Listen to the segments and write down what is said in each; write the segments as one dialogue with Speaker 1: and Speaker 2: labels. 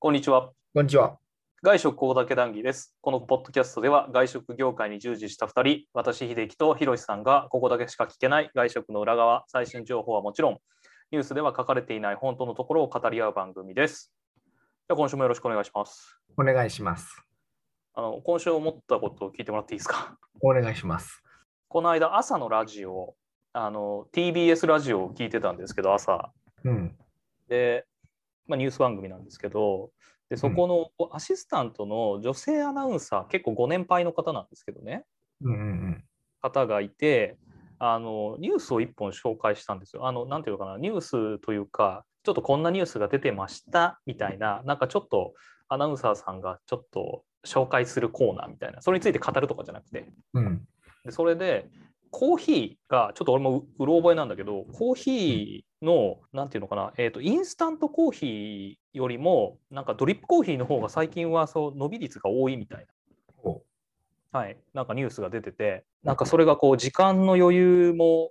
Speaker 1: こんにちは。
Speaker 2: こんにちは。
Speaker 1: 外食ここだけ談義です。このポッドキャストでは外食業界に従事した2人、私、秀樹とひろしさんがここだけしか聞けない外食の裏側、最新情報はもちろん、ニュースでは書かれていない本当のところを語り合う番組です。じゃあ今週もよろしくお願いします。
Speaker 2: お願いします。
Speaker 1: あの今週思ったことを聞いてもらっていいですか
Speaker 2: お願いします。
Speaker 1: この間、朝のラジオ、あの TBS ラジオを聞いてたんですけど、朝。
Speaker 2: うん。
Speaker 1: で、まあ、ニュース番組なんですけど、でそこのこうアシスタントの女性アナウンサー、結構ご年配の方なんですけどね、
Speaker 2: うんうん
Speaker 1: 方がいて、あのニュースを1本紹介したんですよ。あのなんていうのかな、ニュースというか、ちょっとこんなニュースが出てましたみたいな、なんかちょっとアナウンサーさんがちょっと紹介するコーナーみたいな、それについて語るとかじゃなくて、
Speaker 2: うん。うん。
Speaker 1: でそれでコーヒーがちょっと俺もううろ覚えなんだけどコーヒーのなんていうのかな、えー、とインスタントコーヒーよりもなんかドリップコーヒーの方が最近はそう伸び率が多いみたい
Speaker 2: お
Speaker 1: な、はい、なんかニュースが出ててなんかそれがこう時間の余裕も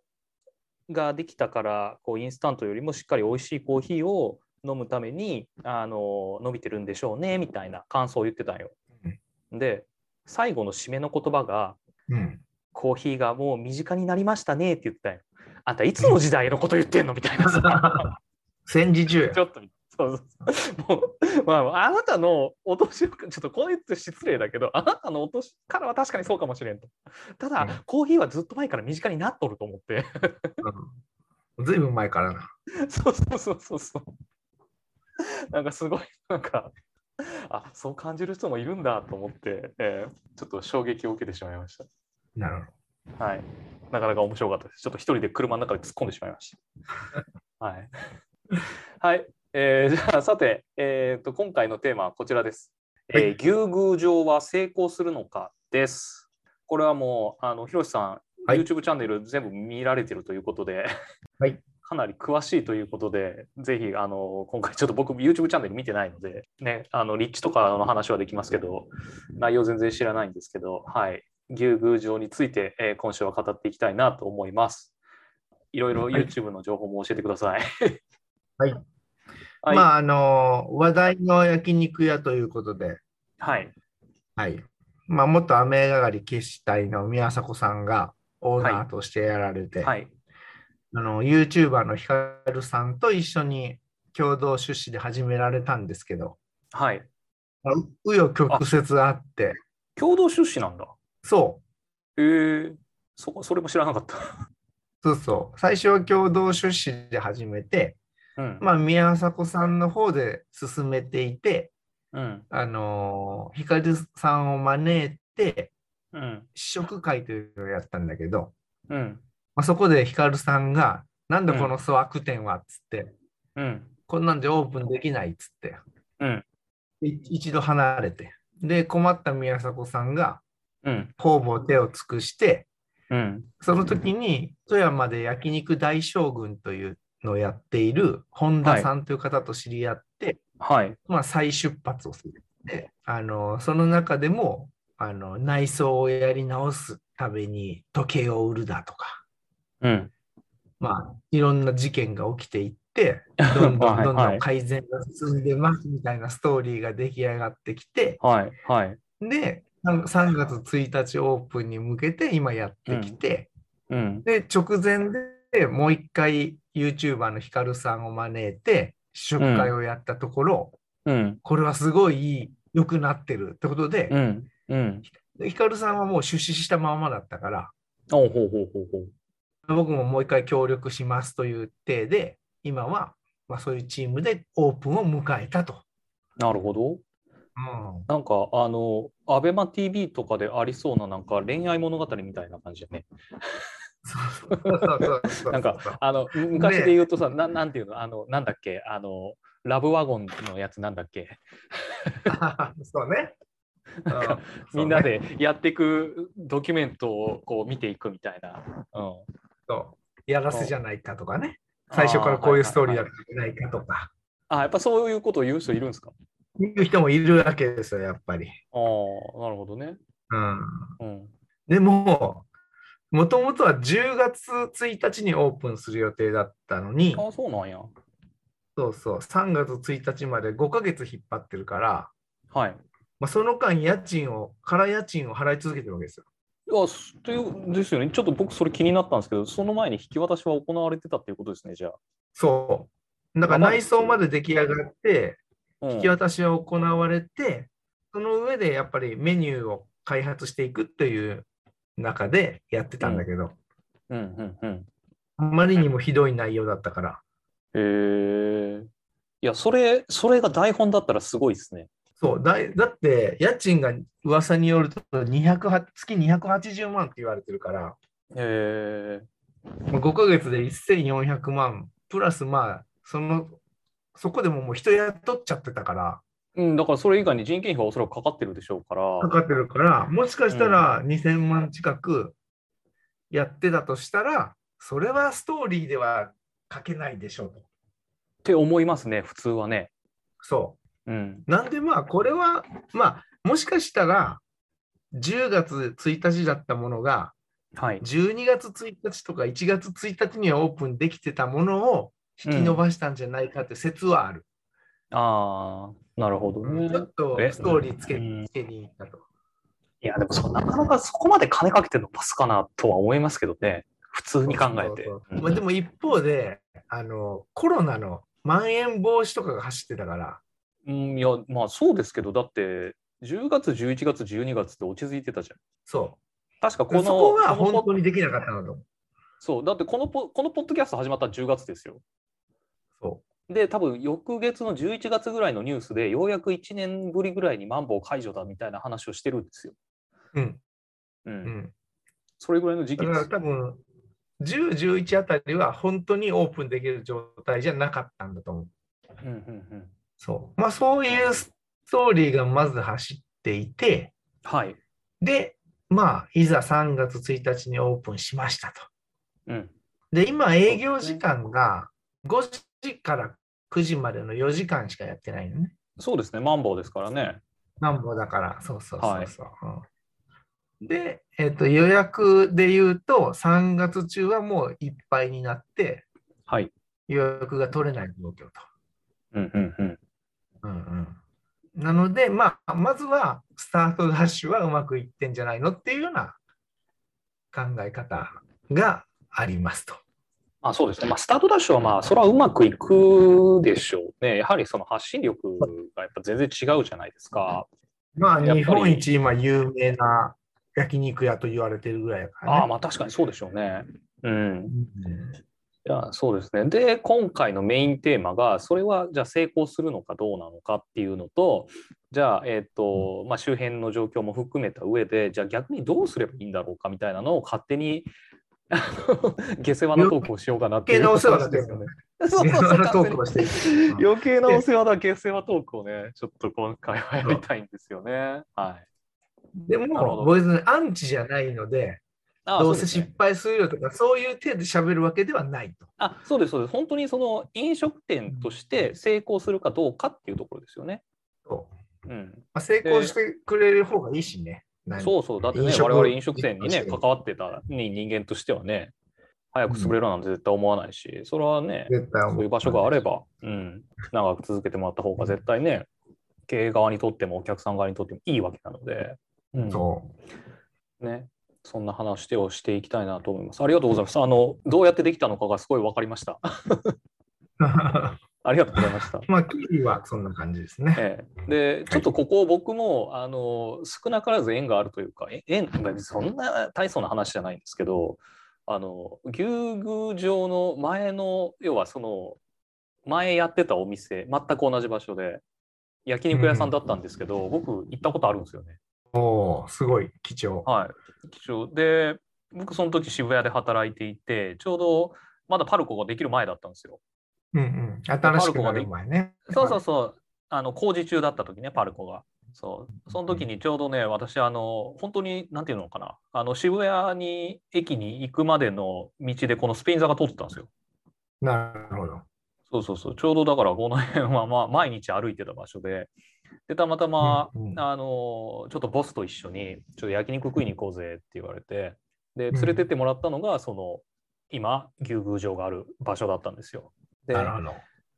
Speaker 1: ができたからこうインスタントよりもしっかり美味しいコーヒーを飲むためにあの伸びてるんでしょうねみたいな感想を言ってたんよ。で最後の締めの言葉が
Speaker 2: うん。
Speaker 1: コーヒーがもう身近になりましたねって言ってたよ。あんたいつの時代のこと言ってんのみたいな さ。
Speaker 2: 戦時中
Speaker 1: ち。ょっとそうそうそうもう、まあ、あなたのお年をちょっとこう言って失礼だけどあなたのお年からは確かにそうかもしれんとただ、
Speaker 2: うん
Speaker 1: コーヒーはずっと前から身近になっとると思って
Speaker 2: うんずいぶん前からな。
Speaker 1: そうそうそうそうそうなんかすごいなんかあそう感じる人もいるんだと思って、えーちょっと衝撃を受けてしまいまし
Speaker 2: なるほ
Speaker 1: たはいなかなか面白かったですちょっと一人で車の中で突っ込んでしまいましたはい。はい。えーじゃあ、さて、えーと、今回のテーマはこちらです。
Speaker 2: はい
Speaker 1: えー、牛宮城は成功するのかです。これはもう、あの、ひろしさん、
Speaker 2: はい
Speaker 1: YouTube チャンネル全部見られてるということで、
Speaker 2: はい
Speaker 1: かなり詳しいということで、ぜひ、あの、今回ちょっと僕、YouTube チャンネル見てないので、ね、あの、立地とかの話はできますけど、内容全然知らないんですけど、はい。牛宮城について、えー今週は語っていきたいなと思います。いろいろ
Speaker 2: はい
Speaker 1: YouTube の情報も教えてください。
Speaker 2: ど。
Speaker 1: はい、
Speaker 2: まあ、あのー、話題の焼肉屋ということで、
Speaker 1: はい、
Speaker 2: はい。まあ、元雨上がり決死隊の宮迫さんがオーナーとしてやられて、
Speaker 1: はい、
Speaker 2: あの、YouTuber のヒカルさんと一緒に共同出資で始められたんですけど、
Speaker 1: はい。
Speaker 2: 紆余曲折あって、
Speaker 1: 共同出資なんだ。
Speaker 2: そ
Speaker 1: え
Speaker 2: う。
Speaker 1: ー、そこ、それも知らなかった。
Speaker 2: そうそう。最初は共同出資で始めて、
Speaker 1: うん、
Speaker 2: まあ、宮迫さんの方で進めていて、
Speaker 1: うん、
Speaker 2: あのー、光さんを招いて、
Speaker 1: うん、
Speaker 2: 試食会というのをやったんだけど、
Speaker 1: うん、
Speaker 2: まあ、そこで光さんが、なんだ
Speaker 1: うん
Speaker 2: この粗悪店はっつって、
Speaker 1: うん、
Speaker 2: こんなんでオープンできないっつって、
Speaker 1: うん、
Speaker 2: い一度離れて、で、困った宮迫さんが、
Speaker 1: うん、
Speaker 2: 方々手を尽くして、
Speaker 1: うん、
Speaker 2: その時に富山で焼肉大将軍というのをやっている本田さんという方と知り合って、
Speaker 1: はい。
Speaker 2: まあ再出発をする。で、あの、その中でも、あの、内装をやり直すために時計を売るだとか、
Speaker 1: うん、
Speaker 2: まあ、いろんな事件が起きて いって、どんどん
Speaker 1: はい
Speaker 2: どんど
Speaker 1: はい
Speaker 2: ん改善が進んでますみたいなストーリーが出来上がってきて、
Speaker 1: はい、はい。
Speaker 2: で、3 3月1日オープンに向けて今やってきて、
Speaker 1: うん、
Speaker 2: で、直前でもう一回 YouTuber のヒカルさんを招いて試食会をやったところ、
Speaker 1: うん、
Speaker 2: これはすごいいい良くなってるってことで
Speaker 1: う、ん、うん。
Speaker 2: でヒカルさんはもう出資したままだったから、
Speaker 1: おほうほうほうほう。
Speaker 2: 僕ももう一回協力しますという体で、今は、まあ、そういうチームでオープンを迎えたと。
Speaker 1: なるほど。
Speaker 2: うん、
Speaker 1: なんか、あの、アベマ TV とかでありそうな、なんか恋愛物語みたいな感じだね。
Speaker 2: そうそうそうそう
Speaker 1: なんか、あの、む昔で言うとさ、ななんていうの、あの、なんだっけ、あの、ラブワゴンのやつなんだっけ。
Speaker 2: そうね。
Speaker 1: なんか
Speaker 2: う
Speaker 1: みんなでやっていくドキュメントをこう見ていくみたいな。うん、
Speaker 2: そうやらせじゃないかとかね。最初からこういうストーリーだったんじゃないかとか。
Speaker 1: あ、やっぱそういうことを言う人いるんですか
Speaker 2: 見る人もいるわけですよ、やっぱり。
Speaker 1: ああ、なるほどね。
Speaker 2: うん、
Speaker 1: うん。
Speaker 2: でも、もともとは10月1日にオープンする予定だったのに、
Speaker 1: あそうなんや。
Speaker 2: そうそう、3月1日まで5ヶ月引っ張ってるから、
Speaker 1: はい。
Speaker 2: まあ、その間、家賃を、空家賃を払い続けてるわけですよ。
Speaker 1: いやすというですよね、ちょっと僕、それ気になったんですけど、その前に引き渡しは行われてたっていうことですね、じゃあ。
Speaker 2: そう。だから内装まで出来上がって、
Speaker 1: うん
Speaker 2: 引き渡しは行われて、その上でやっぱりメニューを開発していくという中でやってたんだけど、
Speaker 1: うんうんうん。
Speaker 2: あまりにもひどい内容だったから、
Speaker 1: へえ。いや、それ、それが台本だったらすごいですね。
Speaker 2: そうだいだって家賃が噂によると208月280万って言われてるから、
Speaker 1: へえ。
Speaker 2: まあ5ヶ月で1400万プラスまあそのそこでももう人雇っちゃってたから
Speaker 1: うん、だからそれ以外に人件費はおそらくかかってるでしょうから。
Speaker 2: かかってるからもしかしたら2000万近くやってたとしたらそれはストーリーでは書けないでしょうと
Speaker 1: って思いますね、普通はね。
Speaker 2: そ
Speaker 1: うん。
Speaker 2: うなんでまあこれはまあもしかしたら10月1日だったものが
Speaker 1: はい。
Speaker 2: 12月1日とか1月1日にはオープンできてたものを引き伸ばしたんじゃないかって説はある。
Speaker 1: ああ、なるほどね。
Speaker 2: ちょっと
Speaker 1: え
Speaker 2: ストーリーつけ,、
Speaker 1: うん
Speaker 2: つけに行ったと。
Speaker 1: いや、でもそう、なかなかそこまで金かけてるのパスかなとは思いますけどね。普通に考えて。
Speaker 2: そうそう
Speaker 1: うん
Speaker 2: まあ、でも一方であの、コロナのまん延防止とかが走ってたから、
Speaker 1: うん、いや、まあそうですけど、だって、10月、11月、12月って落ち着いてたじゃん。
Speaker 2: そ
Speaker 1: 確か
Speaker 2: う。
Speaker 1: この、
Speaker 2: そこが
Speaker 1: この
Speaker 2: 本
Speaker 1: ポ
Speaker 2: 当にできなかったのと。
Speaker 1: そう、だってこのポ、このポッドキャスト始まったの10月ですよ。
Speaker 2: そ
Speaker 1: で、多分翌月の11月ぐらいのニュースで、ようやく1年ぶりぐらいにマンボウ解除だみたいな話をしてるんですよ。
Speaker 2: う。うん。
Speaker 1: うん。
Speaker 2: うん、
Speaker 1: それぐらいの時期
Speaker 2: だか
Speaker 1: で
Speaker 2: ら
Speaker 1: す。
Speaker 2: 多分、10、11あたりは本当にオープンできる状態じゃなかったんだと思う。
Speaker 1: うんうんうん。
Speaker 2: そう。まあそういうストーリーがまず走っていて、
Speaker 1: はい。
Speaker 2: で、まあ、いざ3月1日にオープンしましたと。
Speaker 1: うん。
Speaker 2: で、今、営業時間が5時から9時までの4時間しかやってないのね。
Speaker 1: そうですね、マンボウですからね。
Speaker 2: なんぼだから、そうそうそうそう。うんで、えっと、予約で言うと、3月中はもういっぱいになって、
Speaker 1: はい。
Speaker 2: 予約が取れない状況と。
Speaker 1: うんうんうん。
Speaker 2: うんうん、なので、まあ、まずはスタートダッシュはうまくいってんじゃないのっていうような考え方がありますと。
Speaker 1: まあそうですね、まあ、スタートダッシュはまあそれはうまくいくでしょうね。やはりその発信力がやっぱ全然違うじゃないですか。
Speaker 2: まあ、
Speaker 1: やっぱり
Speaker 2: 日本一今有名な焼肉屋と言われてるぐらいだから、ね。
Speaker 1: ああまあ確かにそうでしょうね。うん。
Speaker 2: うん
Speaker 1: いやそうですね。で、今回のメインテーマが、それはじゃあ成功するのかどうなのかっていうのと、じゃあ、えっとまあ、周辺の状況も含めた上で、じゃあ逆にどうすればいいんだろうかみたいなのを勝手にあの下世話なトークをしようかなっていう。
Speaker 2: 余計なお世話だけどね。
Speaker 1: そうそうそう
Speaker 2: いろんなトークをしていく
Speaker 1: 余計なお世話だ、下世話トークをね、ちょっと今回はやりたいんですよね。はい。
Speaker 2: で
Speaker 1: なるほど
Speaker 2: も、ボイズアンチじゃないので、
Speaker 1: あ
Speaker 2: どう
Speaker 1: そ
Speaker 2: せ
Speaker 1: ですね
Speaker 2: 失敗するよとか、そういう手で喋るわけではないと。
Speaker 1: あ、そうです、そうです。本当にその飲食店として成功するかどうかっていうところですよね。
Speaker 2: そう
Speaker 1: うん。
Speaker 2: まあ、成功してくれる方がいいしね。
Speaker 1: そうそう。だってね
Speaker 2: 飲、食
Speaker 1: 我々飲食店にね、
Speaker 2: 飲食
Speaker 1: 関わってたに人間としてはね、早く潰れろなんて絶対思わないし、それはね、
Speaker 2: 絶対
Speaker 1: そういう場所があれば、うん、長く続けてもらった方が絶対ね、経営側にとってもお客さん側にとってもいいわけなので。うん
Speaker 2: そう。
Speaker 1: ね、そんな話をしていきたいなと思います。ありがとうございます。あの、どうやってできたのかがすごい分かりました。
Speaker 2: ま
Speaker 1: ありがとうございました。
Speaker 2: あ、キーはそんな感じですね。
Speaker 1: ええ、で、ちょっとここ僕も、あの、少なからず縁があるというか、え縁、そんな大層な話じゃないんですけど、あの、牛宮城の前の、要はその、前やってたお店、全く同じ場所で、焼肉屋さんだったんですけど、僕行ったことあるんですよね。
Speaker 2: おお、すごい貴重。
Speaker 1: はい、貴重で僕その時渋谷で働いていてちょうどまだパルコができる前だったんですよ。
Speaker 2: うんうん。新しくなる前ね。
Speaker 1: そうそうそうあの工事中だった時ねパルコが。そうその時にちょうどね私あの本当に何て言うのかなあの渋谷に駅に行くまでの道でこのスペイン座が通ってたんですよ。
Speaker 2: なるほど。
Speaker 1: そうそうそうちょうどだからこの辺はまあ毎日歩いてた場所ででたまたま、
Speaker 2: うんうん
Speaker 1: あのちょっとボスと一緒にちょっと焼肉食いに行こうぜって言われてで連れてってもらったのがその今牛宮城がある場所だったんですよ。で
Speaker 2: なるほど。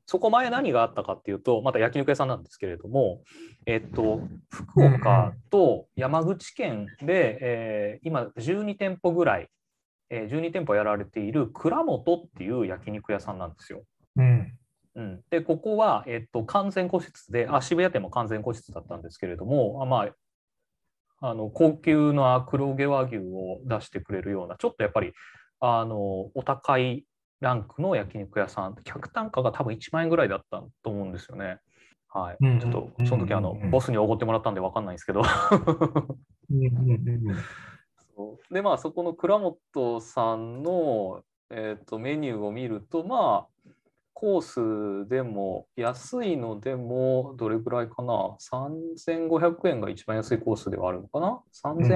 Speaker 1: そこ前何があったかっていうと、また焼肉屋さんなんですけれども、えっと、福岡と山口県で、えー今12店舗ぐらい、えー12店舗やられている倉本っていう焼肉屋さんなんですよ。
Speaker 2: うん。
Speaker 1: うん、でここは、えっと、完全個室であ渋谷店も完全個室だったんですけれどもあ、まあ、あの高級な黒毛和牛を出してくれるようなちょっとやっぱりあのお高いランクの焼肉屋さん客単価が多分1万円ぐらいだったと思うんですよね。はい
Speaker 2: うんうん
Speaker 1: ちょっとその時あの
Speaker 2: うんうん
Speaker 1: ボスにおごってもらったんで分かんないんですけど
Speaker 2: うんうんうんうん
Speaker 1: そうでまあそこの倉本さんの、えー、とメニューを見るとまあコースでも安いのでもどれぐらいかな3500円が一番安いコースではあるのかな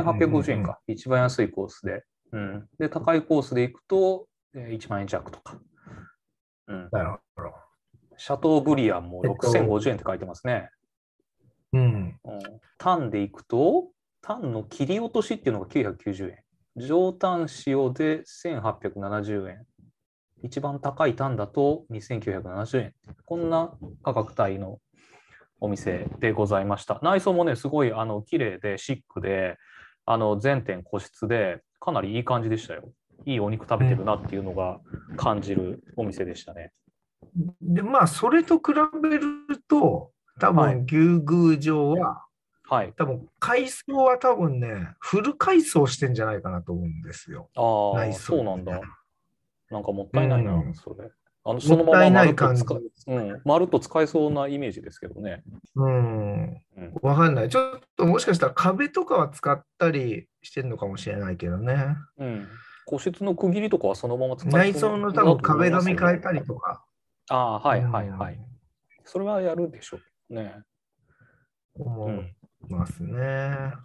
Speaker 1: 3850円か、一番安いコースで、うん、で高いコースで行くと、えー1万円弱とか、うん、
Speaker 2: なるほど。
Speaker 1: シャトーブリアンも
Speaker 2: えっと
Speaker 1: 6050円って書いてますね、
Speaker 2: うん。
Speaker 1: うんタンでいくと、タンの切り落としっていうのが990円。上タン塩で1870円。一番高いタンだと2970円。こんな価格帯のお店でございました。内装もね、すごいあの綺麗でシックで、あの全店個室で、かなりいい感じでしたよ。いいお肉食べてるなっていうのが感じるお店でしたね。
Speaker 2: で、まあ、それと比べると、多
Speaker 1: はい
Speaker 2: 分、牛宮城は、
Speaker 1: はい。
Speaker 2: 多分、改装は多分ね、フル改装してんじゃないかなと思うんですよ。
Speaker 1: ああ、
Speaker 2: 内装
Speaker 1: そうなんだ。なんかもったいないな、
Speaker 2: うん
Speaker 1: それ。あのそのまま
Speaker 2: もったいな
Speaker 1: 丸
Speaker 2: い
Speaker 1: と
Speaker 2: 感じ
Speaker 1: 使いうん、丸と使えそうなイメージですけどね。
Speaker 2: う
Speaker 1: う
Speaker 2: ん
Speaker 1: ん。
Speaker 2: わかんない。ちょっと、もしかしたら壁とかは使ったりしてるのかもしれないけどね。
Speaker 1: うん。個室の区切りとかはそのまま使えそう
Speaker 2: 内装の多分、壁紙変えた
Speaker 1: り。
Speaker 2: りとか。
Speaker 1: ああ、はいはいは
Speaker 2: う
Speaker 1: い
Speaker 2: ん。。
Speaker 1: それはやるでしょうね。う
Speaker 2: 思
Speaker 1: ん。
Speaker 2: いますね。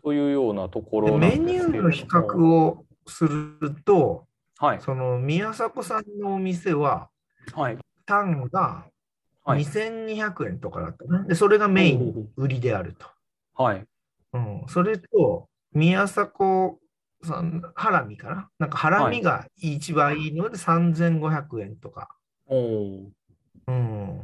Speaker 1: というようなとこ
Speaker 2: で
Speaker 1: ろなん
Speaker 2: メ
Speaker 1: ですけ
Speaker 2: ニ
Speaker 1: れ
Speaker 2: ュ
Speaker 1: ども
Speaker 2: ーの比較をすると、
Speaker 1: はい。
Speaker 2: その宮迫さんのお店は、
Speaker 1: はい。
Speaker 2: タンが
Speaker 1: はい。
Speaker 2: 2200円とかだったね。で、それがメイン売りであると。
Speaker 1: はい。
Speaker 2: うん、それと、宮迫さん、ハラミかななんかハラミが一番いいので3500円とか。
Speaker 1: おお。
Speaker 2: うん。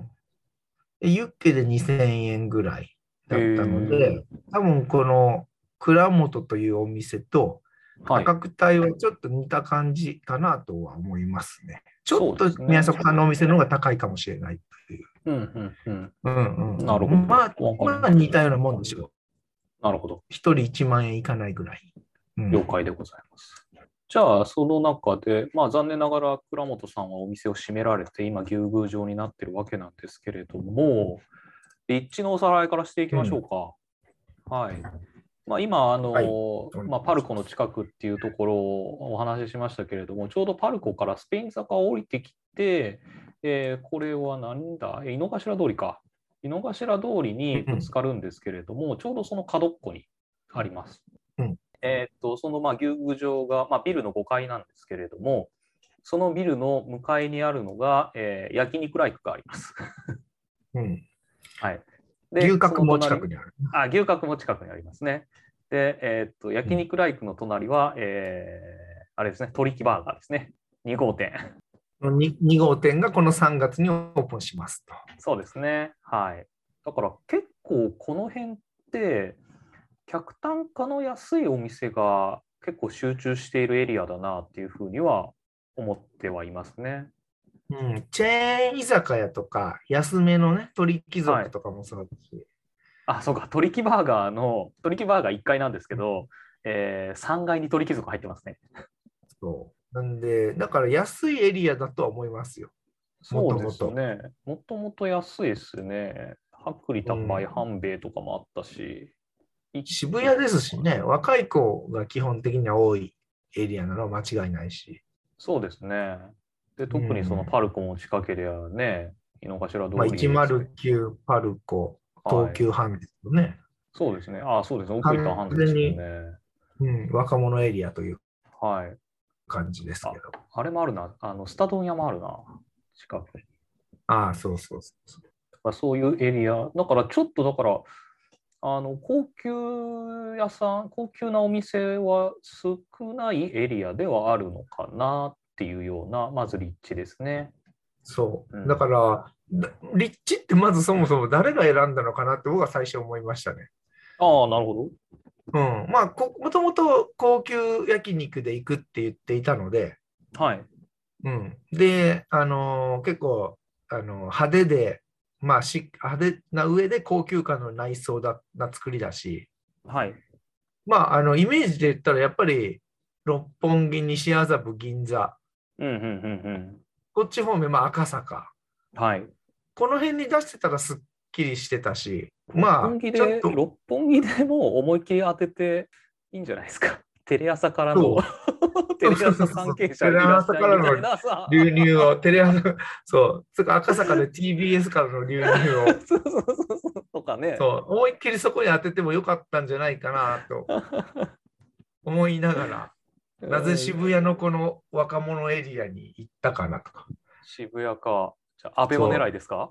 Speaker 2: でユッケで2000円ぐらいだったの
Speaker 1: へ
Speaker 2: で、多分この倉本というお店と、
Speaker 1: はい。
Speaker 2: 価格帯はちょっと似た感じかなとは思いますね。ちょっ
Speaker 1: そうです
Speaker 2: と
Speaker 1: ね
Speaker 2: 宮迫さんのお店の方が高いかもしれないという。
Speaker 1: うんうんうん。
Speaker 2: うんうん、
Speaker 1: なるほど。
Speaker 2: まあ、
Speaker 1: わかり
Speaker 2: ま
Speaker 1: ま
Speaker 2: あ
Speaker 1: した
Speaker 2: 似たようなもんでしょう。
Speaker 1: なるほど。
Speaker 2: 一人1万円いかないぐらい。うん
Speaker 1: 了解でございます。じゃあ、その中で、まあ、残念ながら倉本さんはお店を閉められて、今、牛宮状になってるわけなんですけれども、立地のおさらいからしていきましょうか。はい。まあ、今、あの、
Speaker 2: はい
Speaker 1: まあ、パルコの近くっていうところをお話ししましたけれども、ちょうどパルコからスペイン坂を降りてきて、えーこれは何だえ井の頭通りか。井の頭通りにぶつかるんですけれども、ちょうどその角っこにあります。
Speaker 2: うん
Speaker 1: えーっと、そのまあ牛宮城が、まあ、ビルの5階なんですけれども、そのビルの向かいにあるのが、えー焼肉ライクがあり ます。
Speaker 2: うん
Speaker 1: はい。で
Speaker 2: 牛角も
Speaker 1: その
Speaker 2: 近
Speaker 1: 隣
Speaker 2: くにある。
Speaker 1: あ、牛角も近くにありますね。で、えーっと、焼肉ライクの隣は、えーあれですね、鳥木バーガーですね。2号店。
Speaker 2: 2, 号店がこの3月にオープンしますと。
Speaker 1: そうですね。はい。だから結構この辺って、客単価の安いお店が結構集中しているエリアだなっていうふうには思ってはいますね。
Speaker 2: うん、チェーン居酒屋とか、安めのね、鳥貴族とかもそうだし、
Speaker 1: あ、そうか、鳥木バーガーの、鳥木バーガー1階なんですけど、えー、3階に鳥貴族入ってますね。
Speaker 2: そう。なんで、だから安いエリアだとは思いますよ。
Speaker 1: そうで
Speaker 2: も
Speaker 1: す
Speaker 2: ともと
Speaker 1: ね。もともと安いですね。薄利多売、半兵衛とかもあったし。
Speaker 2: 渋谷ですしね、若い子が基本的には多いエリアなのは間違いないし、
Speaker 1: そうですね。で、特にそのパルコも近ければね、井の頭通り、
Speaker 2: まあ、109パルコ、東
Speaker 1: はい
Speaker 2: 急ハンズのね、
Speaker 1: そうですね。ああ、そうですね。奥行ったハンズですよね。
Speaker 2: うん、若者エリアという
Speaker 1: はい。
Speaker 2: 感じですけど。
Speaker 1: あれもあるな。あの、スタドン屋もあるな。近くに。
Speaker 2: ああ、そうそうそう
Speaker 1: まあそういうエリア。だから、ちょっとだから、あの、高級屋さん、高級なお店は少ないエリアではあるのかなっていうような、まず立地ですね。
Speaker 2: そうう。
Speaker 1: ん
Speaker 2: だから、だ立地ってまずそもそも誰が選んだのかなって僕は最初思いましたね。
Speaker 1: ああ、なるほど。
Speaker 2: うん。まあ、こもともと高級焼肉で行くって言っていたので、
Speaker 1: はい。
Speaker 2: うん。で、あのー結構、あのー派手で、まあし、派手な上で高級感の内装だな作りだし、
Speaker 1: はい。
Speaker 2: まあ、あの、イメージで言ったらやっぱり、六本木、西麻布、銀座、
Speaker 1: うんうんうん
Speaker 2: こっち方面、まあ、赤坂。
Speaker 1: うん。はい。
Speaker 2: この辺に出してたらすっきりしてたし、
Speaker 1: 六
Speaker 2: ま
Speaker 1: 本木
Speaker 2: あ、ちょ
Speaker 1: で
Speaker 2: っと、
Speaker 1: 六本木でもう思いっきり当てていいんじゃないですか。 テレ朝からの
Speaker 2: そ
Speaker 1: テレ朝関係者いら っしゃいみたいなさ。
Speaker 2: 流入を、テレ朝、そう、つうか赤坂で TBS からの流入 を、
Speaker 1: そうそうそうそうとかね。
Speaker 2: そう、思いっきりそこに当ててもよかったんじゃないかなと 思いながら、なぜ渋谷のこの若者エリアに行ったかなとか。
Speaker 1: 渋谷か。じゃあ、安倍を狙いですか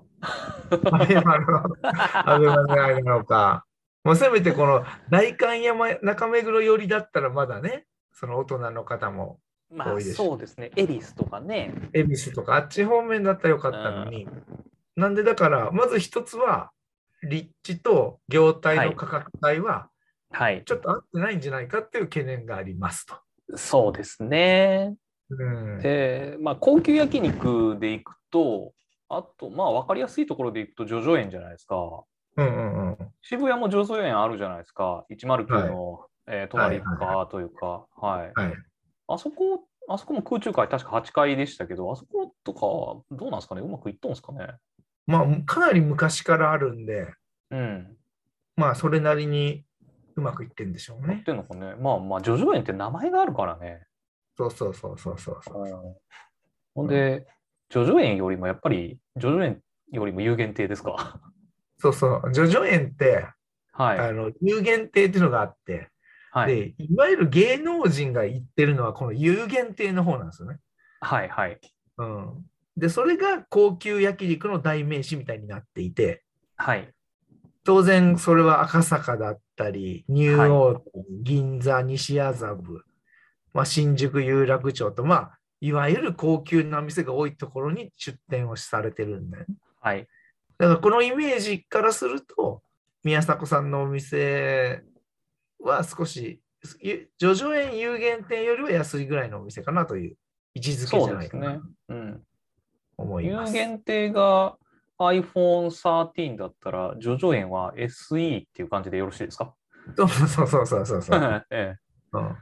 Speaker 2: アベマの、 アベマ狙いなのか。もうせめてこの代官山中目黒寄りだったらまだね、その大人の方も、
Speaker 1: ま
Speaker 2: 多
Speaker 1: あ、
Speaker 2: いです
Speaker 1: そうですね。エリスとかね。
Speaker 2: 恵比寿とかあっち方面だったらよかったのに。なんでだから、まず一つは、立地と業態の価格帯は
Speaker 1: はい。
Speaker 2: ちょっと合ってないんじゃないかっていう懸念がありますと。
Speaker 1: そうですね。
Speaker 2: うん、
Speaker 1: で、まあ、高級焼肉で行くと、あと、まあ、分かりやすいところで行くと、叙々苑じゃないですか。
Speaker 2: うんうんうん。
Speaker 1: 渋谷も上層園あるじゃないですか、109の、えー隣かというか、はい
Speaker 2: はい
Speaker 1: あそこ、あそこも空中階、確か8階でしたけど、あそことか、どうなんですかね、うまくいっとんですかね。
Speaker 2: まあ、かなり昔からあるんで、
Speaker 1: うん、
Speaker 2: まあ、それなりにうまくいってんでしょう
Speaker 1: やっ
Speaker 2: ね。
Speaker 1: てんのかね、まあまあ、叙々苑って名前があるからね。
Speaker 2: そうそうそうそうそうそう。
Speaker 1: うんほんで、叙々苑よりもやっぱり、叙々苑よりも有限定ですか。
Speaker 2: そうそう。叙々苑って、
Speaker 1: はい。
Speaker 2: あの、有限定っていうのがあって、
Speaker 1: はい。
Speaker 2: で、いわゆる芸能人が行ってるのは、この有限定の方なんですよね。
Speaker 1: はい。はい。
Speaker 2: うん。で、それが高級焼肉の代名詞みたいになっていて、
Speaker 1: はい。
Speaker 2: 当然、それは赤坂だったり、ニューオーク、銀座、西麻布、まあ、新宿、有楽町と、まあ、いわゆる高級な店が多いところに出店をされてるんだよね。
Speaker 1: はい。
Speaker 2: だからこのイメージからすると、宮迫さんのお店は少し、ゆ叙々苑有限店よりは安いぐらいのお店かなという位置づけ
Speaker 1: そ
Speaker 2: じ
Speaker 1: う
Speaker 2: ゃな
Speaker 1: で
Speaker 2: い
Speaker 1: す
Speaker 2: かな
Speaker 1: ねう
Speaker 2: と。
Speaker 1: ん。
Speaker 2: 思い
Speaker 1: 有
Speaker 2: ます。
Speaker 1: 限定が iPhone13 だったら、ジョジョ園は SE っていう感じでよろしいですか、
Speaker 2: そうそうそうそうそうそう、
Speaker 1: ええ
Speaker 2: うん
Speaker 1: はい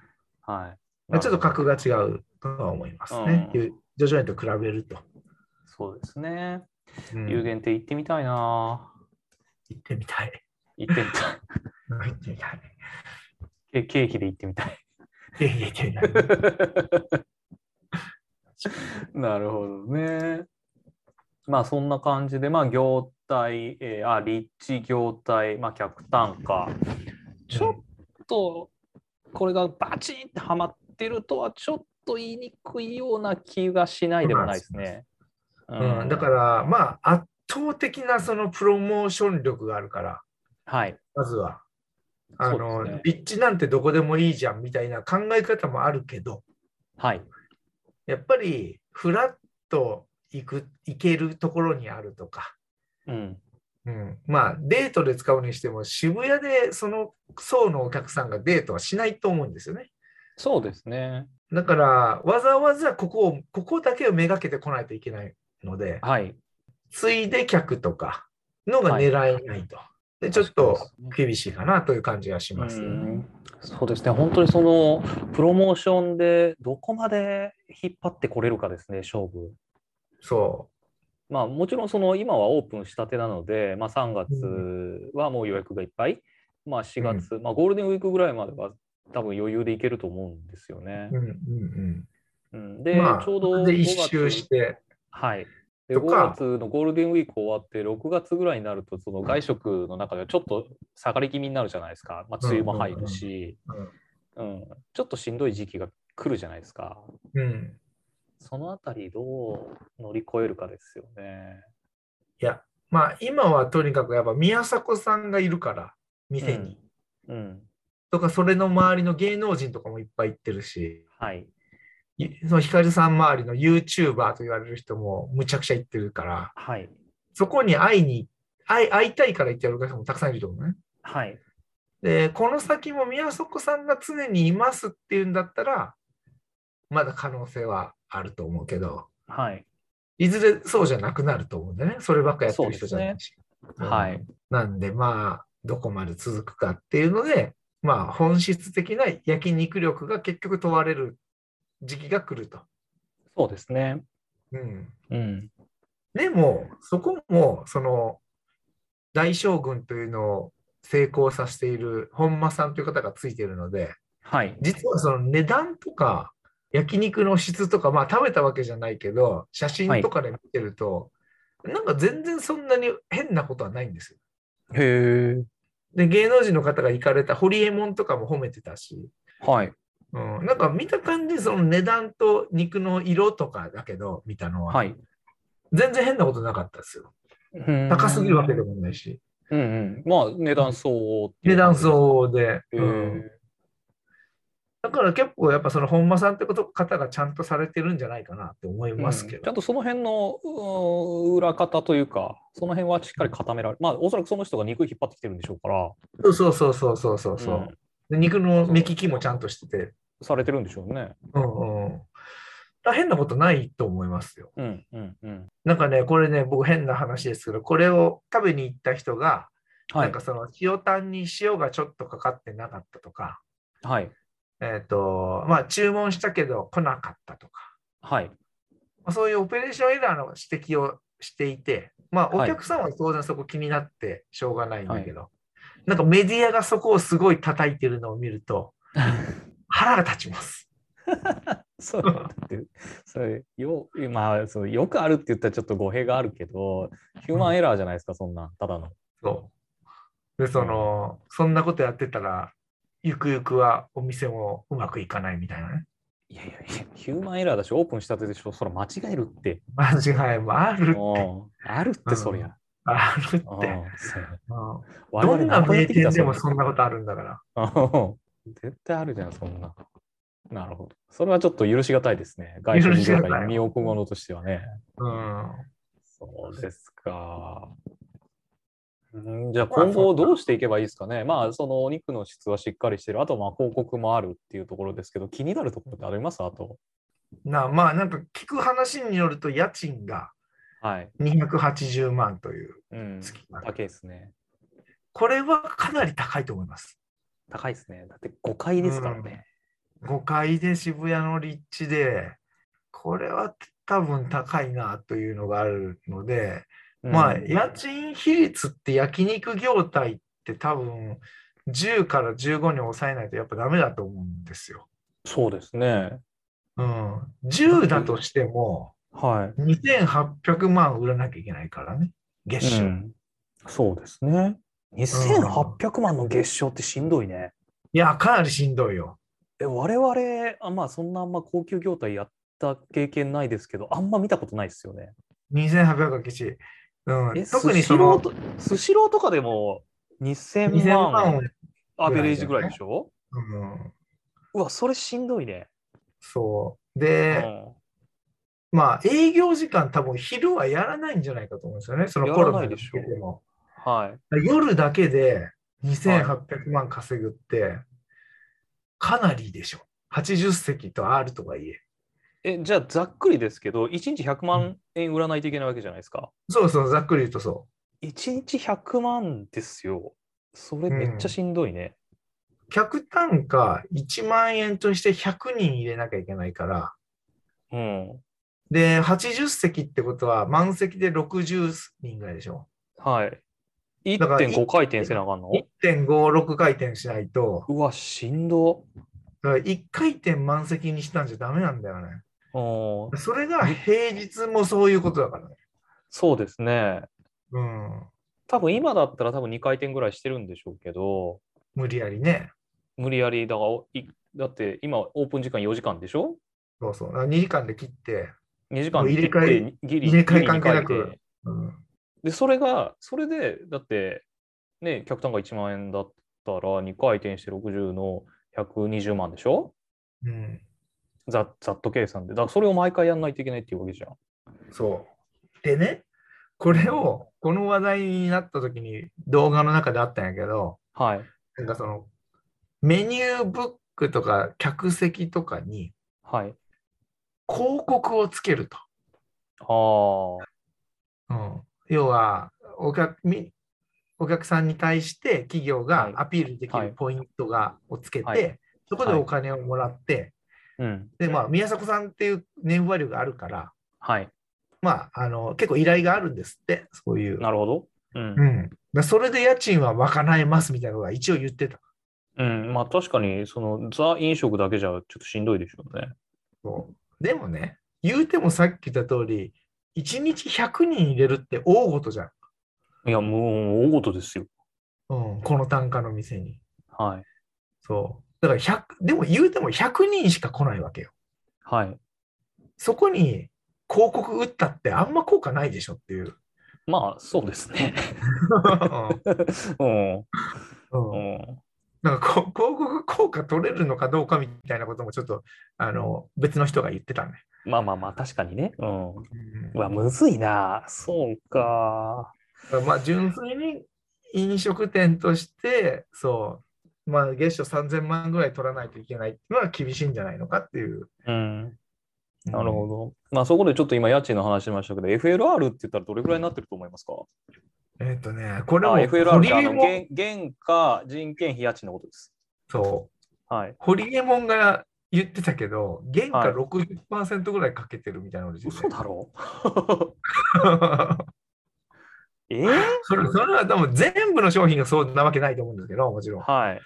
Speaker 2: まあちょっと格が違うとは思いますね。
Speaker 1: うん
Speaker 2: ゆ叙々苑と比べると。
Speaker 1: そうですね。
Speaker 2: うん
Speaker 1: 有限定行ってみたいな。
Speaker 2: 行ってみたい。
Speaker 1: 行ってみたい
Speaker 2: 行ってみた い。
Speaker 1: え。経費で行ってみたい。
Speaker 2: いやいや行ってみたい。
Speaker 1: なるほどね。まあそんな感じで、まあ業態、えーあ、立地業態、まあ客単価。ちょっとこれがバチンってはまってるとはちょっと言いにくいような気がしないでもないですね。
Speaker 2: うんだから、まあ、圧倒的なそのプロモーション力があるから、
Speaker 1: ら、はい、
Speaker 2: まずは。あ
Speaker 1: そう
Speaker 2: の、
Speaker 1: ですね
Speaker 2: 立地なんてどこでもいいじゃんみたいな考え方もあるけど、
Speaker 1: はい、
Speaker 2: やっぱりフラッと行く、行けるところにあるとか、
Speaker 1: うん、
Speaker 2: うん、まあデートで使うにしても渋谷でその層のお客さんがデートはしないと思うんですよね。
Speaker 1: そうですね。
Speaker 2: だからわざわざここを、ここだけをめがけてこないといけないので、
Speaker 1: はい、
Speaker 2: ついで客とかのが狙えないと。で、ちょっと厳しいかなという感じがします
Speaker 1: う
Speaker 2: ね、
Speaker 1: んそうですね。本当にそのプロモーションでどこまで引っ張ってこれるかですね、勝負。
Speaker 2: そ
Speaker 1: まあ、もちろんその今はオープンしたてなので、まあ、3月はもう予約がいっぱい、まあ、4月、まあ、ゴールデンウィークぐらいまでは多分余裕でいけると思うんですよね
Speaker 2: う。。うんうん
Speaker 1: うん
Speaker 2: う
Speaker 1: で、
Speaker 2: ん。まあ、
Speaker 1: ちょうど
Speaker 2: で
Speaker 1: 5
Speaker 2: 一
Speaker 1: 月
Speaker 2: 周し、て、
Speaker 1: はい、で
Speaker 2: と
Speaker 1: 5
Speaker 2: か
Speaker 1: 月のゴールデンウィーク終わって6月ぐらいになるとその外食の中ではちょっと下がり気味になるじゃないですか、まあ、梅雨も入るし、うん、ちょっとしんどい時期が来るじゃないですか。
Speaker 2: うん。
Speaker 1: そのあたりどう乗り越えるかですよね。
Speaker 2: いや、まあ今はとにかくやっぱ宮迫さんがいるから、店に。
Speaker 1: うん、
Speaker 2: とか、それの周りの芸能人とかもいっぱい行ってるし、
Speaker 1: はい
Speaker 2: そのヒカルさん周りの YouTuber と言われる人もむちゃくちゃ行ってるから、
Speaker 1: はい。
Speaker 2: そこに会いに、会い会いたいから行ってやる方もたくさんいると思うね。
Speaker 1: はい。
Speaker 2: で、この先も宮迫さんが常にいますっていうんだったら、まだ可能性はあると思うけど、
Speaker 1: はい。
Speaker 2: いずれそうじゃなくなると思うんだよね。そればっかやってる人じゃないし。うん
Speaker 1: はい。
Speaker 2: なんで、まあ、どこまで続くかっていうので、まあ、本質的な焼肉力が結局問われる時期が来ると。
Speaker 1: そうですね。
Speaker 2: うん。
Speaker 1: うん。
Speaker 2: でも、そこも、その、大将軍というのを成功させている本間さんという方がついているので、
Speaker 1: はい。
Speaker 2: 実はその値段とか、焼肉の質とか、まあ食べたわけじゃないけど、写真とかで見てると、なんか全然そんなに変なことはないんですよ。
Speaker 1: へ
Speaker 2: で、芸能人の方が行かれたホリエモンとかも褒めてたし、
Speaker 1: え。はい。
Speaker 2: うん、なんか見た感じ、その値段と肉の色とかだけど、見たのは、
Speaker 1: はい。
Speaker 2: 全然変なことなかったですよ。高すぎるわけでもないし、
Speaker 1: うんうん。まあ、値段相応っていう
Speaker 2: 値段
Speaker 1: 感じです
Speaker 2: 相応で。
Speaker 1: へ
Speaker 2: うん
Speaker 1: え。
Speaker 2: だから結構やっぱその本間さんってこと方がちゃんとされてるんじゃないかなって思いますけ
Speaker 1: うんちゃ
Speaker 2: ど。
Speaker 1: んとその辺のうー裏方というか、その辺はしっかり固められ、まあ、おそらくその人が肉引っ張ってきてるんでしょうから、
Speaker 2: そうそうそうそうそうそう。
Speaker 1: うん
Speaker 2: で肉の目利きもちゃんとしてて、
Speaker 1: されてるんでしょうね。
Speaker 2: うんうん、だから変なことないと思いますよ。
Speaker 1: うんうんうん。
Speaker 2: なんかね、これね、僕変な話ですけど、これを食べに行った人が、
Speaker 1: は
Speaker 2: なん
Speaker 1: い
Speaker 2: か。その塩タンに塩がちょっとかかってなかったとか、
Speaker 1: はい。
Speaker 2: えっ、と、まあ注文したけど来なかったとか、
Speaker 1: はい。
Speaker 2: まあそういうオペレーションエラーの指摘をしていて、まあお
Speaker 1: はい
Speaker 2: 客さんは当然そこ気になってしょうがないんだけど、なんかメディアがそこをすごい叩いてるのを見ると、腹が立ちます。
Speaker 1: そうだって、 それよ、まあ、そのよくあるって言ったらちょっと語弊があるけど、ヒューマンエラーじゃないですか、そんなん、ただの。
Speaker 2: そう。で、その、そんなことやってたら、ゆくゆくはお店もうまくいかないみたいなね。
Speaker 1: いやいやいや、ヒューマンエラーだし、オープンしたてでしょ、それ間違えるって。
Speaker 2: 間違いもあるって、
Speaker 1: うんあるって、そりゃ。
Speaker 2: あるっ
Speaker 1: う
Speaker 2: て。
Speaker 1: んそう
Speaker 2: うん
Speaker 1: 我
Speaker 2: ど
Speaker 1: 々
Speaker 2: んな
Speaker 1: 何回や
Speaker 2: 名
Speaker 1: ってき
Speaker 2: 店
Speaker 1: た
Speaker 2: でもそんなことあるんだから。
Speaker 1: うん絶対あるじゃん、そんな。なるほど。それはちょっと許しがたいですね。外食
Speaker 2: 許し
Speaker 1: 業
Speaker 2: がたい
Speaker 1: 界に身を置くものとしてはね。
Speaker 2: うん。
Speaker 1: そうですか。うんじゃあ今後どうしていけばいいですかね。まあそのお肉の質はしっかりしてる。あとまあ広告もあるっていうところですけど、気になるところってありますあと。
Speaker 2: なあまあ、なんか聞く話によると、家賃が
Speaker 1: はい。
Speaker 2: 280万という
Speaker 1: うん。
Speaker 2: 月が
Speaker 1: 高いですね。
Speaker 2: これはかなり高いと思います。
Speaker 1: 高いですね。だって5階ですからね。
Speaker 2: 5階で渋谷の立地で、これは多分高いなというのがあるので、
Speaker 1: うん
Speaker 2: まあ、家賃比率って焼肉業態って多分10から15に抑えないとやっぱダメだと思うんですよ。
Speaker 1: そうですね。
Speaker 2: うん、10だとしても
Speaker 1: は
Speaker 2: 2800万売らなきゃいけないからね、
Speaker 1: い。
Speaker 2: 月収。
Speaker 1: うんそうですね。2800万の月賞ってしんどいね。
Speaker 2: いや、かなりしんどいよ。
Speaker 1: え我々あ、まあそんなあんま高級業態やった経験ないですけど、あんま見たことないですよね。
Speaker 2: 2800が吉。う
Speaker 1: え
Speaker 2: ん、特に
Speaker 1: スシ
Speaker 2: そ
Speaker 1: ロー
Speaker 2: の
Speaker 1: とスシローとかでも2000
Speaker 2: 2000
Speaker 1: 万
Speaker 2: 万を、
Speaker 1: アベレージぐらいでしょ
Speaker 2: うん、
Speaker 1: うわ、それしんどいね。
Speaker 2: そう。
Speaker 1: う
Speaker 2: で、
Speaker 1: ん
Speaker 2: まあ、営業時間多分昼はやらないんじゃないかと思うんですよね、そのコロナの時期でも。
Speaker 1: はい。
Speaker 2: 夜だけで2800万稼ぐって、かなりでしょ。80席と R とはいえ。
Speaker 1: え、じゃあざっくりですけど、1日100万円売らないといけないわけじゃないですか。
Speaker 2: そうそう、ざっくり言うとそ
Speaker 1: 1日100万ですよ。それめっちゃしんどいね。
Speaker 2: う。客単価1万円として100人入れなきゃいけないから、
Speaker 1: うん。
Speaker 2: で、80席ってことは満席で60人ぐらいでしょ。
Speaker 1: はい。
Speaker 2: だから
Speaker 1: 1.5回転せなあかんの
Speaker 2: 1.56回転しないと、
Speaker 1: うわ、しんど。
Speaker 2: だから1回転満席にしたんじゃダメなんだよね。
Speaker 1: うん、
Speaker 2: それが平日もそういうことだからね。
Speaker 1: そうですね。
Speaker 2: うん。
Speaker 1: 多分今だったら多分2回転ぐらいしてるんでしょうけど、
Speaker 2: 無理やりね。
Speaker 1: 無理やりだがおいだって今オープン時間4時間でしょ
Speaker 2: そうそう。2時間で切って、
Speaker 1: 2時間
Speaker 2: もう入れ替え
Speaker 1: 切ってギリ
Speaker 2: 入れ替え
Speaker 1: ギリ
Speaker 2: 関係なく
Speaker 1: 二回で
Speaker 2: うん、
Speaker 1: でそれがそれでだってね客単価1万円だったら2回転して60の120万でしょ
Speaker 2: うん
Speaker 1: ざざっと計算で。だからそれを毎回やんないといけないっていうわけじゃん。
Speaker 2: そう。でね、これを、この話題になった時に動画の中であったんやけど、
Speaker 1: はい。
Speaker 2: なんかその、メニューブックとか客席とかに
Speaker 1: はい。
Speaker 2: 広告をつけると。
Speaker 1: あ
Speaker 2: うん、要はお客み、お客さんに対して企業
Speaker 1: は
Speaker 2: が
Speaker 1: い
Speaker 2: アピールでき
Speaker 1: はい
Speaker 2: るポイントが、をつけて、
Speaker 1: はい
Speaker 2: そこでお金をもらって、
Speaker 1: あ。うん。
Speaker 2: で、まあ、宮迫さんっていう年配量があるから、
Speaker 1: はい。
Speaker 2: まあ、あの結構依頼があるんですって、そういう。
Speaker 1: なるほど。うん
Speaker 2: う。ん、だそれで家賃は賄えますみたいなのが一応言ってた。
Speaker 1: うん。まあ確かに、そのザ飲食だけじゃちょっとしんどいでしょうね。
Speaker 2: そうでもね、言うてもさっき言った通り、1日100人入れるって大事じゃん。
Speaker 1: いや、もう大事ですよ。
Speaker 2: うん、この単価の店に。
Speaker 1: はい。
Speaker 2: そう。だから100、でも言うても100人しか来ないわけよ。
Speaker 1: はい。
Speaker 2: そこに広告打ったってあんま効果ないでしょっていう。
Speaker 1: まあそうですね。
Speaker 2: う
Speaker 1: うん。
Speaker 2: ん
Speaker 1: う
Speaker 2: うん
Speaker 1: ん。
Speaker 2: なんかこ 広告効果取れるのかどうかみたいなこともちょっとあの別の人が言ってたね。
Speaker 1: まあまあまあ、確かにね。うん。う
Speaker 2: だ
Speaker 1: わ、むずいな。そうか。
Speaker 2: からまあ純粋に飲食店としてそう、まあ、月賞3000万ぐらい取らないといけないっていうのは厳しいんじゃないのかっていう。
Speaker 1: うん。なるほど。まあそこでちょっと今家賃の話しましたけど、FLR って言ったらどれくらいになってると思いますか
Speaker 2: ど。えっ、とね、これ
Speaker 1: あ
Speaker 2: も
Speaker 1: FLR ってあの
Speaker 2: モン
Speaker 1: 原原価、人件費、家賃のことです。
Speaker 2: そう
Speaker 1: はい。
Speaker 2: ホリエモンが言ってたけど、原
Speaker 1: はい
Speaker 2: 価60%ぐらいかけてるみたいなので、
Speaker 1: 嘘だ ろえ
Speaker 2: それそれは多分全部の商品がそうなわけないと思うんですけど、もちろん。
Speaker 1: はい。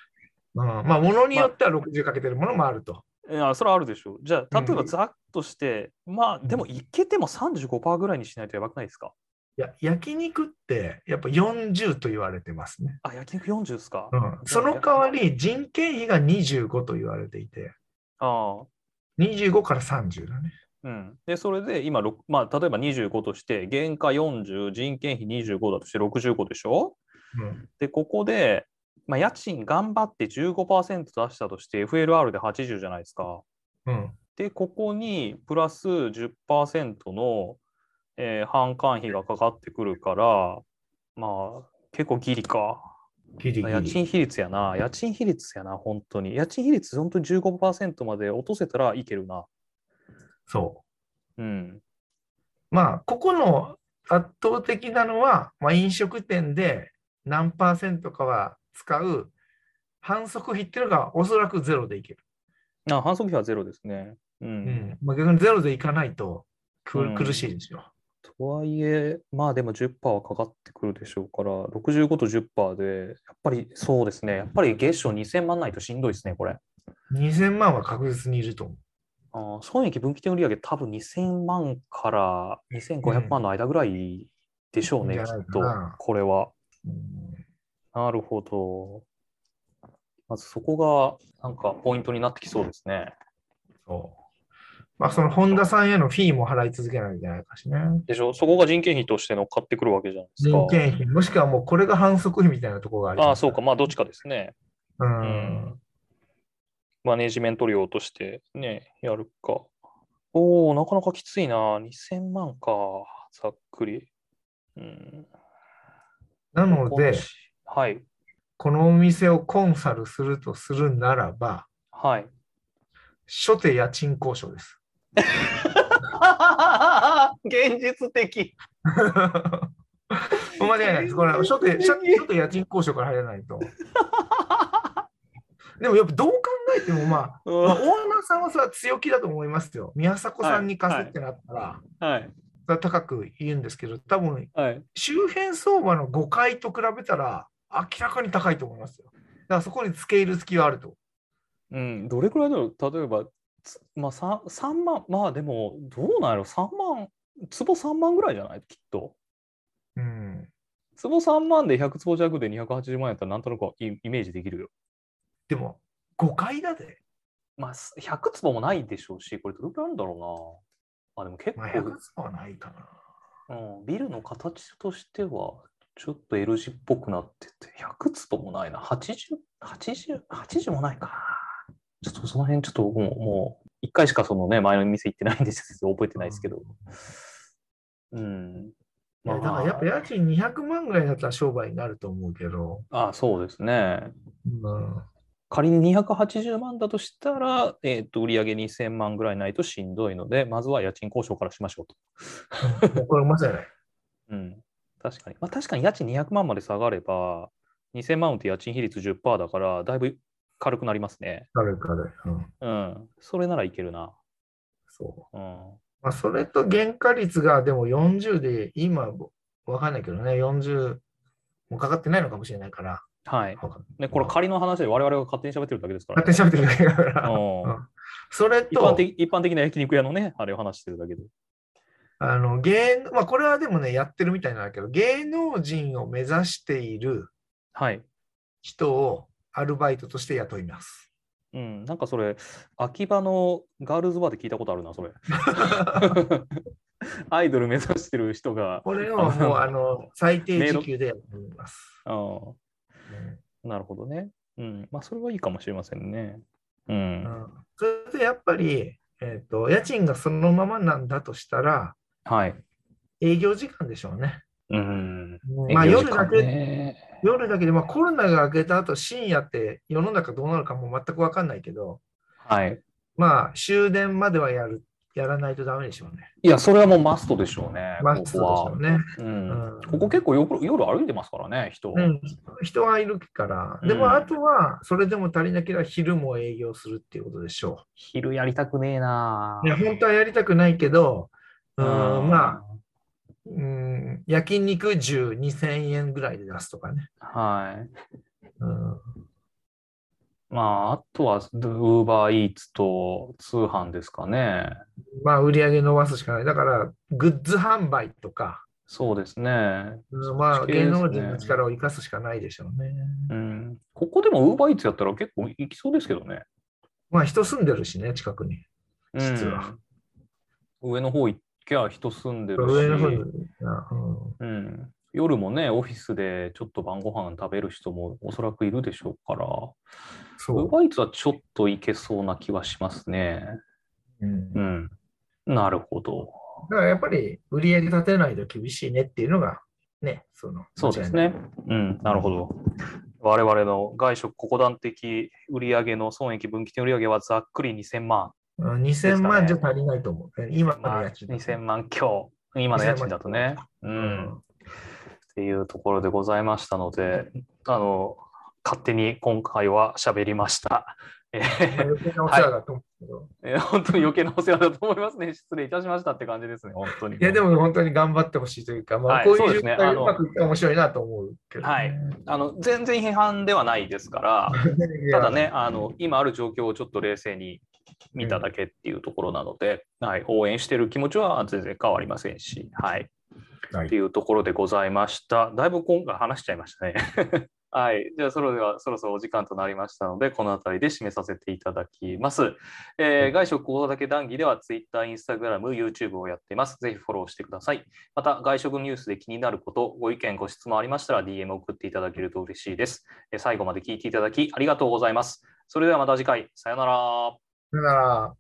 Speaker 2: うん、まあ、ものによっては60かけてるものもあると。
Speaker 1: いや、それはあるでしょう。じゃあ、例えば
Speaker 2: うん
Speaker 1: ざっとして、まあ、でも、いけても35%ぐらいにしないとやばくないですか
Speaker 2: いや、焼肉ってやっぱ40と言われてますね。
Speaker 1: あ、焼肉40ですか、
Speaker 2: う
Speaker 1: あ
Speaker 2: ん、その代わり人件費が25と言われていて、
Speaker 1: あ。
Speaker 2: 25から30だね。
Speaker 1: うん、でそれで今、ろくまあ、例えば25として原価40人件費25だとして65でしょ
Speaker 2: うん、
Speaker 1: でここで、まあ、家賃頑張って15%出したとして FLR で80じゃないですか。
Speaker 2: うん、
Speaker 1: でここにプラス10%の、えー、販管費がかかってくるからまあ結構ギリか。
Speaker 2: ギリギ
Speaker 1: 家
Speaker 2: リ。
Speaker 1: 賃比率やな家賃比率やな本当に家賃比率本当に15%まで落とせたらいけるな。
Speaker 2: そ
Speaker 1: うん、
Speaker 2: う。まあ、ここの圧倒的なのは、まあ、飲食店で何パーセントかは使う反則費っていうのがおそらくゼロでいける。
Speaker 1: あ反則費はゼロですね。うん
Speaker 2: うんまあ、逆にゼロでいかないとく
Speaker 1: うん
Speaker 2: 苦しいですよ。
Speaker 1: とはいえ、まあでも10%はかかってくるでしょうから、65と10%で、やっぱりそうですね、やっぱり月賞2000万ないとしんどいですね、これ。
Speaker 2: 2000万は確実にいると思う。
Speaker 1: あー損益分岐点売上多分2000万から2500万の間ぐらいでしょうね、
Speaker 2: うん
Speaker 1: き
Speaker 2: じゃな
Speaker 1: っ
Speaker 2: いか
Speaker 1: と
Speaker 2: な、
Speaker 1: これは。
Speaker 2: うん
Speaker 1: なるほど。まずそこがなんかポイントになってきそうですね。
Speaker 2: そうまあ、その本田さんへのフィーも払い続けないといけないかしね。
Speaker 1: でしょそこが人件費として乗っかってくるわけじゃないですか。
Speaker 2: 人件費、もしくはもうこれが反則費みたいなところがあり
Speaker 1: ああ、
Speaker 2: ます。
Speaker 1: そうか、まあどっちかですね。
Speaker 2: う
Speaker 1: うんん。マネジメント料としてね、やるか。おお、なかなかきついな。2000万か、ざっくり。うん、
Speaker 2: なので、
Speaker 1: はい、
Speaker 2: このお店をコンサルするとするならば、
Speaker 1: はい。
Speaker 2: 初手家賃交渉です。
Speaker 1: 現実的。
Speaker 2: 間違いないです。これは初手初初手家賃交渉から入らない と。でもやっぱどう考えてもまあ、まあ、オーナーさんはさ強気だと思いますよ。宮迫さんに貸すってなったら、
Speaker 1: はい、
Speaker 2: それは高く言うんですけど、多分
Speaker 1: はい。
Speaker 2: 周辺相場の5回と比べたら明らかに高いと思いますよ。だからそこに付け入る隙はあると。
Speaker 1: うん、どれくらいだろう例えば、つまあ 3, 三万、まあでも、どうなんやろ ?3 万、坪3万ぐらいじゃないきっと。
Speaker 2: うん、
Speaker 1: 坪3万で100坪弱で280万やったら、なんとなくイイメージできるよ。
Speaker 2: でも5回だで、
Speaker 1: まあ、す100坪もないでしょうし、これどれくらいあるんだろうな。あ、でも結
Speaker 2: まあ、100
Speaker 1: 構、
Speaker 2: つはないかな。
Speaker 1: うん、ビルの形としては、ちょっと L 字っぽくなってて、100坪もないな。80、80、80もないかな。ちょっとその辺、ちょっともう、も一回しかそのね、前の店行ってないんですけど、覚えてないですけど。うん。
Speaker 2: いやだからやっぱ家賃200万ぐらいだったら商売になると思うけど、
Speaker 1: ああ、そうですね。
Speaker 2: うん
Speaker 1: 仮に280万だとしたら、えー、と売上2000万ぐらいないとしんどいので、まずは家賃交渉からしましょうと。
Speaker 2: もうこれまさ に、
Speaker 1: うん、確かに。まあ、確かに家賃200万まで下がれば、2000万って家賃比率10%だから、だいぶ軽くなりますね。
Speaker 2: 誰かで。うん、
Speaker 1: うん。それならいけるな。
Speaker 2: そう
Speaker 1: うん。
Speaker 2: まあ、それと原価率がでも40で、今、わかんないけどね、40もかかってないのかもしれないから、
Speaker 1: はい。
Speaker 2: わかんない
Speaker 1: ね、これ仮の話で我々が勝手に喋ってるだけですから、ね。
Speaker 2: 勝手に喋ってるだけだから、
Speaker 1: うん
Speaker 2: うんそれ
Speaker 1: 一般
Speaker 2: と、
Speaker 1: 的一般的な焼肉屋のね、あれを話してるだけで。
Speaker 2: あの芸まあ、これはでもね、やってるみたいなんだけど、芸能人を目指している
Speaker 1: はい。
Speaker 2: 人をアルバイトとして雇い ます。
Speaker 1: うん、なんかそれ、秋葉のガールズバーで聞いたことあるな、それ。 アイドル目指してる人が、
Speaker 2: これをもうあの最低時給でやっています。
Speaker 1: ああなるほどね。うん、まあ、それはいいかもしれませんね。う、
Speaker 2: うんんそれでやっぱり、えーと、家賃がそのままなんだとしたら、
Speaker 1: はい。
Speaker 2: 営業時間でしょうね。
Speaker 1: うん。
Speaker 2: まあ、
Speaker 1: 営業
Speaker 2: 夜
Speaker 1: 時
Speaker 2: だ
Speaker 1: 間
Speaker 2: け、
Speaker 1: ね
Speaker 2: 夜だけで、まあ、コロナが明けた後深夜って世の中どうなるかも全く分かんないけど、
Speaker 1: はい。
Speaker 2: まあ、終電まではやるやらないとダメでしょうね。
Speaker 1: いや、それはもうマストでしょうね。
Speaker 2: マストでしょうね。
Speaker 1: ここは。うん
Speaker 2: うん。
Speaker 1: ここ結構夜夜歩いてますからね、人。
Speaker 2: うん、人はいるから、で
Speaker 1: うん
Speaker 2: もあとは、それでも足りなければ昼も営業するっていうことでしょ
Speaker 1: 昼やりたくねえな
Speaker 2: う。いや、本当はやりたくないけど、うん、まあ、
Speaker 1: あ。
Speaker 2: うん、焼肉重2000円ぐらいで出すとかね。
Speaker 1: はい。
Speaker 2: うん、
Speaker 1: まあ、あとは、ウーバーイーツと通販ですかね。
Speaker 2: まあ、売り上げ伸ばすしかない。だから、グッズ販売とか、
Speaker 1: そうですね。
Speaker 2: うんま
Speaker 1: そ
Speaker 2: あ、
Speaker 1: っち系です
Speaker 2: 芸
Speaker 1: ね
Speaker 2: 能人の力を生かすしかないでしょうね。
Speaker 1: うん。ここでもウーバーイーツやったら結構いきそうですけどね。
Speaker 2: まあ、人住んでるしね、近くに。実は
Speaker 1: うん。上の方行きゃ人住んでるし。
Speaker 2: 上の方に。うん
Speaker 1: うん。夜もね、オフィスでちょっと晩ご飯食べる人もおそらくいるでしょうから、ウー
Speaker 2: そ
Speaker 1: バーイーツはちょっといけそうな気はしますね。
Speaker 2: う。うん
Speaker 1: うん。なるほど。
Speaker 2: だからやっぱり売り上げ立てないと厳しいねっていうのが、ね、その、
Speaker 1: そうですね。うん、なるほど。我々の外食ここ断的売上の損益分岐点売上はざっくり2000万。
Speaker 2: 間違いない。うん2000万じゃ足りないと思う。今
Speaker 1: ま
Speaker 2: の
Speaker 1: あ、
Speaker 2: 家賃。
Speaker 1: 2000万強。今の家賃だとね。うん。っていうところでございましたので、あの、勝手に今回は喋りました。え
Speaker 2: まあ
Speaker 1: ー
Speaker 2: 余計なお世話だと思うけど。
Speaker 1: えー本当に余計なお世話だと思いますね。 失礼いたしましたって感じですね、本当に。
Speaker 2: いや、でも本当に頑張ってほしいというか、ま
Speaker 1: は
Speaker 2: あ、
Speaker 1: い
Speaker 2: こうい
Speaker 1: そうで
Speaker 2: う
Speaker 1: すね
Speaker 2: 状態
Speaker 1: あ
Speaker 2: で
Speaker 1: の
Speaker 2: うまくいったら面白いなと思うけどね。
Speaker 1: はいあの、全然批判ではないですから、
Speaker 2: いや
Speaker 1: ただね、あの今ある状況をちょっと冷静に見ただけっていうところなので、はい、応援してる気持ちは全然変わりませんし、はい、
Speaker 2: はい
Speaker 1: っていうところでございました。だいぶ今回話しちゃいましたね。 はい、じゃあそれではそろそろお時間となりましたので、この辺りで締めさせていただきます。えー外食講座だけ談義では Twitter、Instagram、YouTube をやっています。ぜひフォローしてください。また、外食ニュースで気になること、ご意見、ご質問ありましたら DM を送っていただけると嬉しいです。えー最後まで聞いていただきありがとうございます。それではまた次回、さようなら。
Speaker 2: だから、